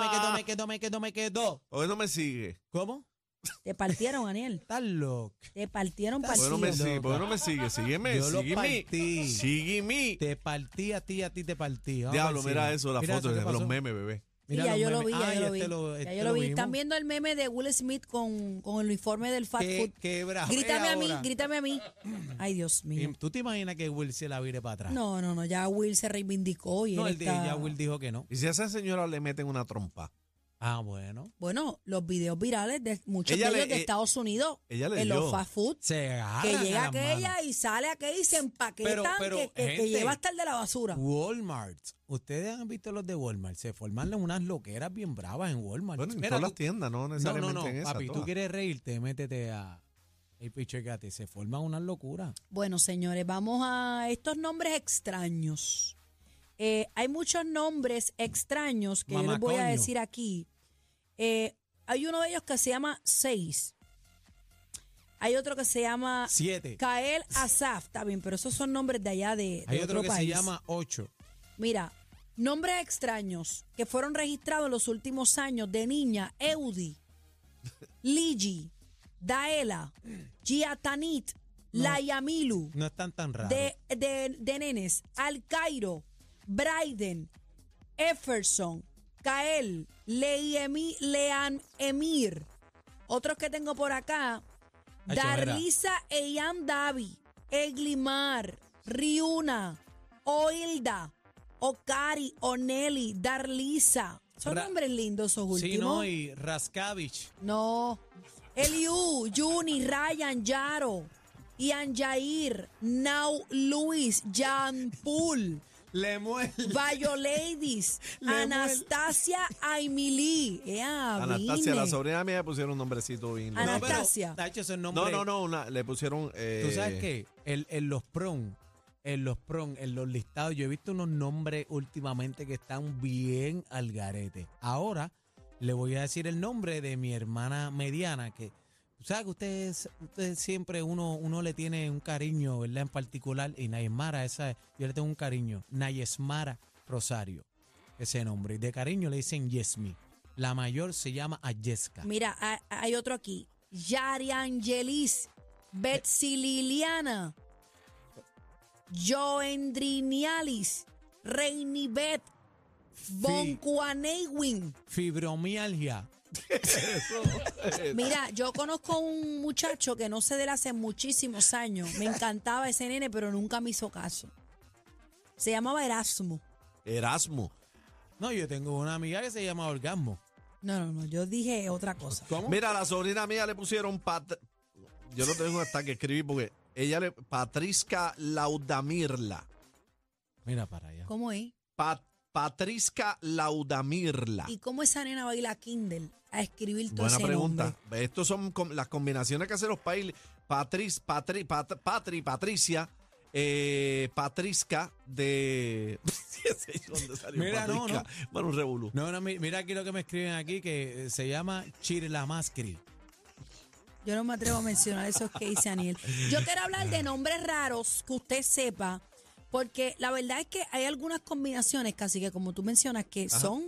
quedó, me quedó, me quedó. Porque no me sigue. ¿Cómo? Te partieron, Aniel. Estás loco. Te partieron Porque partido. no me Partido, sigue. loca. Porque no me sigue. Sígueme, Yo lo sígueme. partí. Sígueme. Te partí a ti, a ti te partí. Vamos Diablo, para mira encima. eso, la Mira foto eso, de ¿qué los pasó? memes, bebé. Sí, Mira ya los yo lo vi, memes. ya Ay, yo lo vi. este lo- ya este yo lo vi. vimos. Están viendo el meme de Will Smith con, con el uniforme del fast Qué- food. qué bravo. Grítame a mí, Ahora. grítame a mí. Ay, Dios mío. ¿Y ¿Tú te imaginas que Will se la vire para atrás? No, no, no, ya Will se reivindicó y No, él él di- está- ya Will dijo que no. Y si a esa señora le meten una trompa, Ah, bueno. Bueno, los videos virales de muchos Ella de le- ellos de eh, Estados Unidos ella le en los dio. fast food Se agarran que a llega las manos. aquella y sale aquella y se empaquetan pero, que, que- que gente. Uh. lleva hasta el de la basura. Walmart. Ustedes han visto los de Walmart. Se forman unas loqueras bien bravas en Walmart. bueno, en Mira, todas tú- las tiendas, no No, necesariamente no, no. en esa. Papi, tú todas. quieres reírte, métete a el pichegate. Se forman unas locuras. Bueno, señores, vamos a estos nombres extraños. Eh, hay muchos nombres extraños que yo les voy a Mamacoño. decir aquí. Eh, hay uno de ellos que se llama Seis. Hay otro que se llama Siete. Kael Asaf, está bien, pero esos son nombres de allá de, de Hay otro, que se país. llama Ocho. Mira, nombres extraños que fueron registrados en los últimos años de niña, Eudi, Ligi, Daela, Giatanit, Layamilu, No están tan raros. de, de, de nenes, Al Cairo, Bryden, Efferson, Kael, Leiemi- Lean Emir. Otros que tengo por acá, Hacho, mira. Darlisa Eyan Davi, Eglimar, Riuna, Oilda, Okari, Oneli, Darlisa. Son Ra- nombres lindos esos últimos. Sí, no, y Raskavich. No. Eliu, Juni, Ryan, Yaro, Ian Jair, Now Luis, Jan Pool, Le muerde. Bayo Ladies, Anastasia Aimili. Ea, Anastasia, la vine. sobrina mía le pusieron un nombrecito bien. lindo. No, pero, Anastasia. Nacho, esos No, nombres- no, no, una- le pusieron. eh, ¿Tú sabes qué? En, en los prom, en los prom, en los listados, yo he visto unos nombres últimamente que están bien al garete. Ahora le voy a decir el nombre de mi hermana mediana, que, tú ¿sabes que ustedes, ustedes siempre uno, uno le tiene un cariño, ¿verdad? En particular, y Nayesmara, esa, yo le tengo un cariño. Nayesmara Rosario, ese nombre. Y de cariño le dicen Yesmi. La mayor se llama Ayeska. Mira, ha- hay otro aquí. Yari Angelis, Betsy Liliana, Joendrinialis, Reinibet, Boncuanewin. Fibromialgia. Mira, yo conozco un muchacho que no sé de él hace muchísimos años. Me encantaba ese nene, pero nunca me hizo caso. Se llamaba Erasmo. Erasmo. No, yo tengo una amiga que se llama Orgasmo. No, no, no, yo dije otra cosa. ¿Cómo? Mira, a la sobrina mía le pusieron. Pat- Yo no tengo hasta que escribir porque ella le. Patrisca Laudamirla. Mira para allá. ¿Cómo es? Pat- Patrisca Laudamirla. ¿Y cómo esa nena baila Kindle a escribir todo Buena ese pregunta. nombre? Estos son com- las combinaciones que hacen los países. Patris, Patri, Pat- Patri, Patricia, eh, Patrisca de. ¿Dónde salió Mira, no, Patrisca? Bueno, un revolú. No, no, mi- mira aquí lo que me escriben aquí que eh, se llama Chirlamascri. Yo no me atrevo a mencionar esos que dice Aniel. Yo quiero hablar de nombres raros que usted sepa, porque la verdad es que hay algunas combinaciones, casi que como tú mencionas, que son,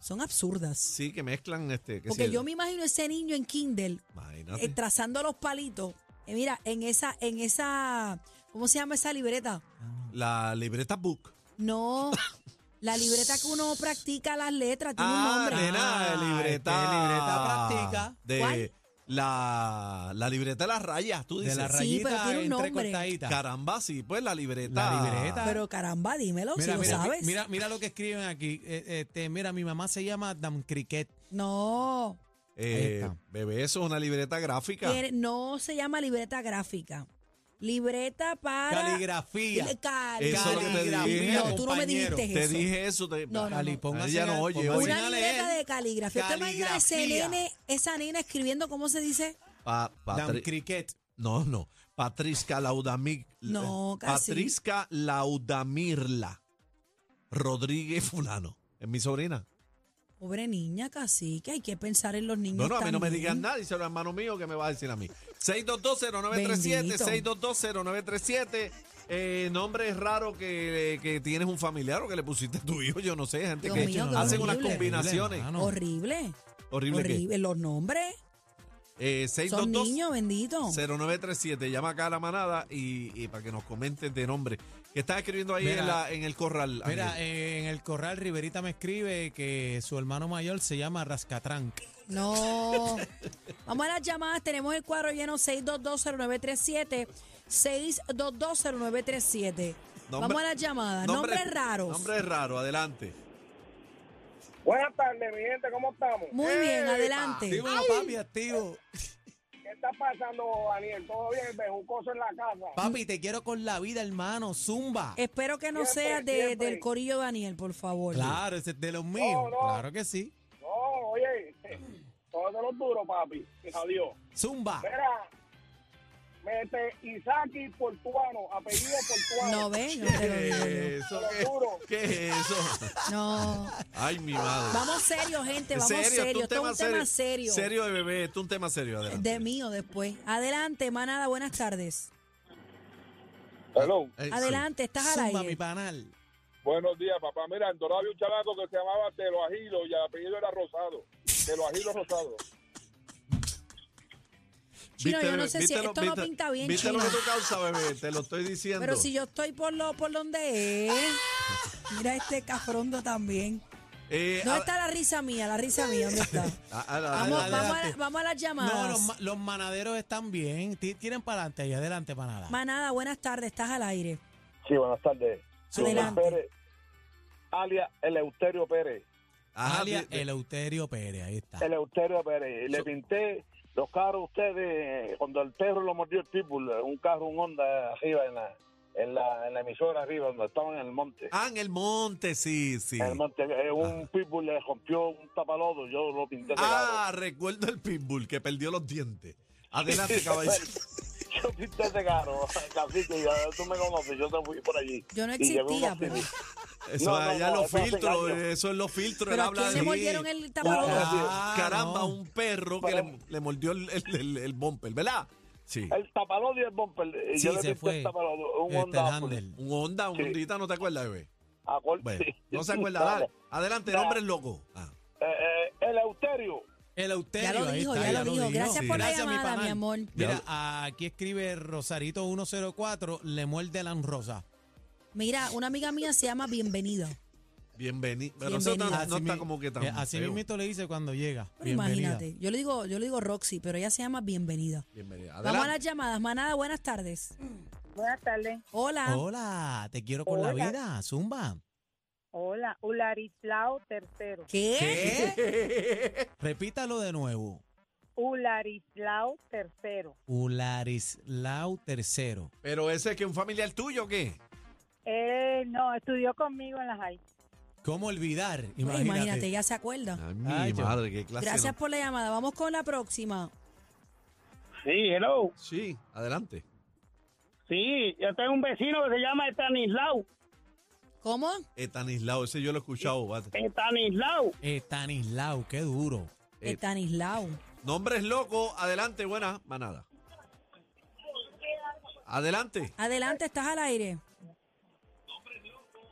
son absurdas. Sí, que mezclan este. que Porque sí, yo me imagino ese niño en Kindle Imagínate. eh, trazando los palitos. Eh, mira, en esa, en esa, ¿cómo se llama esa libreta? La libreta book. No, la libreta que uno practica las letras tiene un Ah, nombre. nena, Ah, de libreta. de libreta práctica. De ¿Cuál? La, la libreta de las rayas, tú De dices. la Sí, pero rayita tiene un nombre. entrecortadita. Caramba, sí, pues la libreta. La libreta. Pero caramba, dímelo si mira, lo mira, sabes. mira, mira lo que escriben aquí. Eh, este, mira, mi mamá se llama Dam Cricket. No, Eh, Ahí está. bebé, eso es una libreta gráfica. tiene- no se llama libreta gráfica. Libreta para... Caligrafía. Eh, cal- Eso es lo que te caligrafía. dije, No, tú no me compañero. dijiste Te eso. dije eso. Te, No, no, Ali, no. póngase Ella a- no oye póngase hoy. Una a libreta leer. de caligrafía. ¿Usted imagina ese Caligrafía. nene, esa nena escribiendo, cómo se dice? Pa- Dam Patri- Cricket. no, no. Patrisca Laudamir. No, casi. Patrisca Laudamirla. Rodríguez Fulano. Es mi sobrina. Pobre niña, casi que hay que pensar en los niños No, no, a mí no me también. digan nada. Dice el hermano mío que me va a decir a mí. 6220937. Bendito. 6220937. eh, nombre es raro que, eh, que tienes un familiar o que le pusiste a tu hijo, yo no sé, gente Dios que mío, qué hacen unas horrible. combinaciones. Horrible, mano. Horrible. Horrible. que- Horrible. Los nombres Eh, son 622 niños, bendito. 0937, llama acá a la manada y, y para que nos comentes de nombre. ¿Qué estás escribiendo ahí Mira, en, la- en el corral? Mira, Ángel? eh, en el corral Riverita me escribe que su hermano mayor se llama Rascatrán. No. Vamos a las llamadas. Tenemos el cuadro lleno 6220937. 6220937. Nombre- Vamos a las llamadas. nombres raros. Nombres raros, adelante. Buenas tardes, mi gente, ¿cómo estamos? Muy bien, ¡Epa! adelante. Dímelo, papi, activo. ¿Qué está pasando, Daniel? ¿Todo bien? Bejucoso en la casa. Papi, te quiero con la vida, hermano. Zumba. Espero que no Siempre, seas de- siempre. del corillo Daniel, por favor. Claro, ese es de los míos. No, no. Claro que sí. No, oye, todo de los duros, papi. Adiós. Zumba. Mira, mete Isaki Portuano, apellido Portuano. No ven, no te lo digo Eso, Te ¿qué, lo juro. qué es eso? yo. No. Ay, mi madre. Vamos serio, gente, vamos serio. Esto es un tema serio. Serio de bebé, esto es un tema serio, adelante. De mío después. Adelante, manada, buenas tardes. Hello. Eh, sí. Adelante, estás al Zumba, mi aire. panal. Buenos días, papá. Mira, en Dorado había un chamaco que se llamaba Teloajilo y el apellido era Rosado. Teloajilo Rosado. Chino, Viste, yo no bebé, sé si viste lo- esto no viste- pinta bien, Viste Chino. lo que tú causa, bebé, te lo estoy diciendo. Pero si yo estoy por lo por donde es. Mira este cafrondo también. Eh, ¿Dónde a- está la risa mía? La risa mía, ¿dónde está? a- a- Vamos, adelante. vamos, a, vamos a las No, llamadas. los, ma- los manaderos están bien. Ti- Tienen para adelante ahí. Adelante, manada. Manada, buenas tardes, estás al aire. Sí, buenas tardes. Adelante. Pérez, alias Eleuterio Pérez. Ajá, Alia di- di- Eleuterio Pérez. Ahí está. Eleuterio Pérez. eh, Le pinté los carros a ustedes eh, cuando el perro lo mordió el pitbull. eh, Un carro, un Honda arriba en la, en la, en la emisora arriba, donde estaban en el monte. Ah, en el monte, sí, sí. En el monte, eh, un pitbull le rompió un tapalodo, yo lo pinté. de Ah, recuerdo el pitbull que perdió los dientes. Adelante, caballero. Yo pinté de caro, casi que ya tú me conoces, yo te fui por allí. Yo no Y llevé existía, pues. pero- unos filtros. Eso No, no, allá no, los eso hace filtros, años. eso es los filtros. Pero él ¿a habla quién le así. mordieron el Un- tapabocas? Ah, Caramba, no. un perro que le, le mordió el, el, el- el bumper, ¿verdad? Sí. El tapalodo y el bumper. eh, Sí, yo le se pinté fue. el tapalodo, un Este, el Honda. pues. handle. Un Honda, un Sí. Hondita, ¿no te acuerdas, bebé? Acor- Bueno, sí. no se acuerda. dale. Adelante, el No. hombre es loco. Ah. Eh, eh, Eleuterio. Eleuterio. Ya lo ahí dijo, está, ya lo dijo. Gracias por la Gracias, mi llamada, mi panal. amor. Mira, aquí escribe Rosarito 104, le muerde la rosa. Mira, una amiga mía se llama Bienvenida. Bienvenido. Pero eso no, Bienvenido. no está como que tan. eh, Así feo. mismo le dice cuando llega. Pero Bienvenida. imagínate, yo le digo, yo le digo Roxy, pero ella se llama Bienvenida. Bienvenido. Vamos a Adelante. las llamadas, manada, buenas tardes. Buenas tardes. Hola. Hola, te quiero con la Hola. vida, Zumba. Hola, Ularislao tercero. ¿Qué? ¿Qué? Repítalo de nuevo. Ularislao tercero. Ularislao III. Pero ese es que un familiar tuyo, o ¿qué? Él Eh, no estudió conmigo en la high. ¿Cómo olvidar? Imagínate. Imagínate. ya se acuerda. Ay, mi Ay, yo. madre, qué clase. Gracias no- por la llamada. Vamos con la próxima. Sí, hello. Sí, adelante. Sí, yo tengo un vecino que se llama Estanislau. ¿Cómo? Etanislao, ese yo lo he escuchado. bata. Estanislau. Eh, Tanislau, qué duro. Eh, Estanislao. Nombres locos, adelante, buena manada. Adelante. Adelante, estás al aire.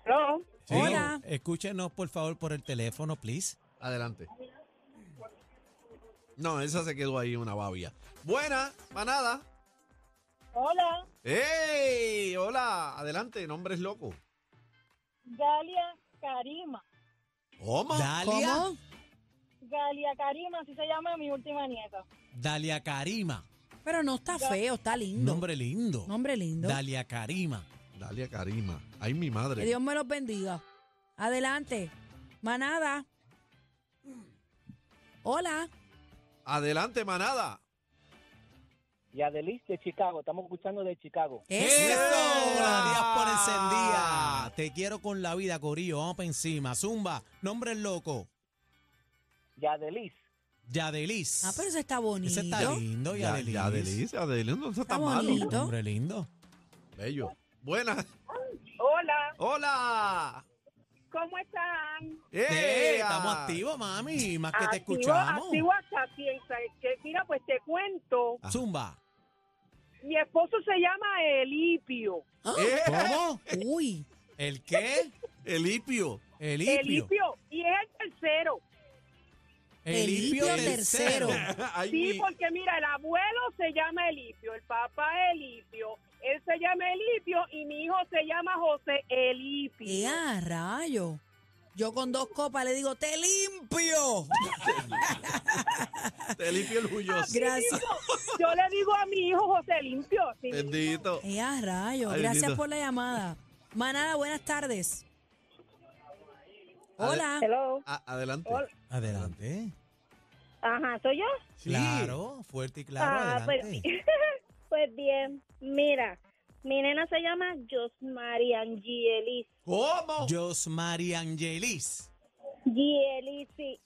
No, Sí. Hola. Escúchenos, por favor, por el teléfono, please. Adelante. No, esa se quedó ahí una babia. Buena, manada. hola, ¡Ey! Hola, adelante, nombres locos. Galia Karima. ¿Cómo? Dalia. ¿Cómo? Galia Karima, así se llama mi última nieta. Dalia Karima. Pero no está feo, está lindo. Nombre, Nombre lindo. lindo. Dalia Karima. Dalia Karima. Ay, mi Que madre. Dios me los bendiga. Adelante. Manada. Hola. Adelante, manada. Y Adelis de Chicago, estamos escuchando de Chicago. Eso. La diáspora encendida. Te quiero con la vida, Corillo. Vamos para encima. Zumba, nombre loco. Y Adelis. Yadelis. Ah, pero ese está bonito. Ese está lindo, Ya, Yadelis. ya, Adelis, Adelis, no está Está tan malo. bonito. Nombre lindo. Bello. Buena. Hola, Hola. ¿cómo están? Eh, ¡Ey! estamos activos, mami. Más que te Activo- escuchamos. Ah. activo hasta piensa, es que mira, pues te cuento. Zumba. Mi esposo se llama Elipio. Ah, ¿Eh? ¿Cómo? Uy, ¿El qué? El hipio. El hipio. Elipio. Y es el tercero. El hipio El hipio tercero. tercero. Ay, Sí, mi- porque mira, el abuelo se llama Elipio, el papá Elipio, él se llama Elipio y mi hijo se llama José Elipio. qué a rayo. Yo con dos copas le digo, te limpio. El hipio el Ah, huyoso. Gracias. Yo le digo a mi hijo José Limpio. sí. Pues, Bendito. Qué a rayo. Ay, Gracias bendito. por la llamada. Manada, buenas tardes. Hola. Hello. A- Ah, adelante. Hola. Adelante. Ajá, ¿soy yo? Sí. Claro, fuerte y claro. Ah, pues- adelante. Pues bien, mira, mi nena se llama Josmari Angielis. ¿Cómo? Josmari Angelis. Gielis, sí.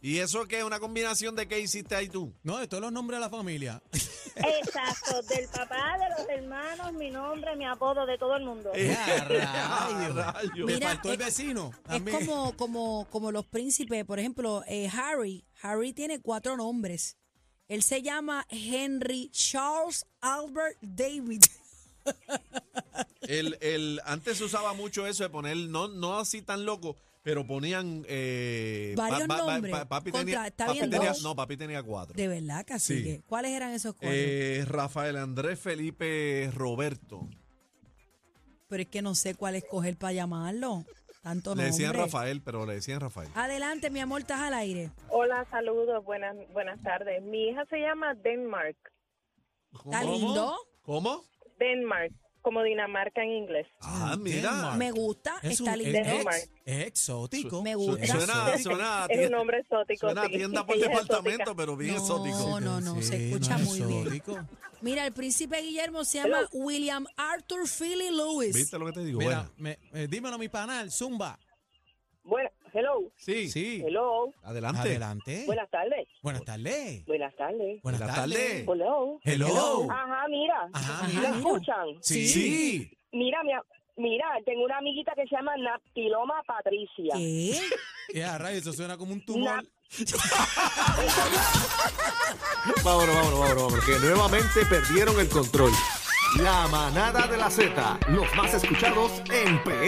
¿Y eso qué? ¿Una combinación de qué hiciste ahí tú? No, de todos los nombres de la familia. Exacto, del papá, de los hermanos, mi nombre, mi apodo, de todo el mundo. Eh, a A rayos. rayos. Me Mira, faltó el es- vecino. Es También. como, como, como los príncipes, por ejemplo, eh, Harry. Harry tiene cuatro nombres. Él se llama Henry Charles Albert David. El, el, antes se usaba mucho eso de poner, no, no así tan loco, pero ponían. Eh, Varios nombres. papi Contra, tenía, está papi bien, tenía- dos. No, papi tenía cuatro. De verdad, cacique. ¿Cuáles eran esos cuatro? Eh, Rafael Andrés Felipe Roberto. Pero es que no sé cuál escoger para llamarlo. Tanto Le nombre. decían Rafael, pero le decían Rafael. Ah, Adelante, mi amor, estás al aire. Hola, saludos, buenas, buenas tardes. Mi hija se llama Denmark. ¿Está lindo? ¿Cómo? Denmark, como Dinamarca en inglés. Ah, mira. Denmark. Me gusta, Es, un- eh, está lindo. es- es- Denmark. es exótico. Me Su- gusta. Suena, suena a Es un Ah, tienda, nombre exótico. suena a sí. tienda por Ella es departamento, exótica. pero bien No, exótico. no, no, se escucha es muy bien. exótico. Mira, el príncipe Guillermo se llama William Arthur Philly Lewis. ¿Viste lo que te digo? Mira, Bueno, me- eh, dímelo, mi panal, Zumba. Bueno, hello, sí, Sí. hello, Adelante. Adelante. buenas tardes, Buenas tardes. buenas tardes, Buenas Buenas tardes. tardes. hello. Hello. Ajá, mira, Ajá, ¿me mira. escuchan? Sí. Sí. Mira, mi a- mira, tengo una amiguita que se llama Naptiloma Patricia. ¿Qué? Ya, rayo, eso suena como un tumor. Vámonos, vámonos, vámonos, vámonos, que nuevamente perdieron el control. La manada de la Z, los más escuchados en PR.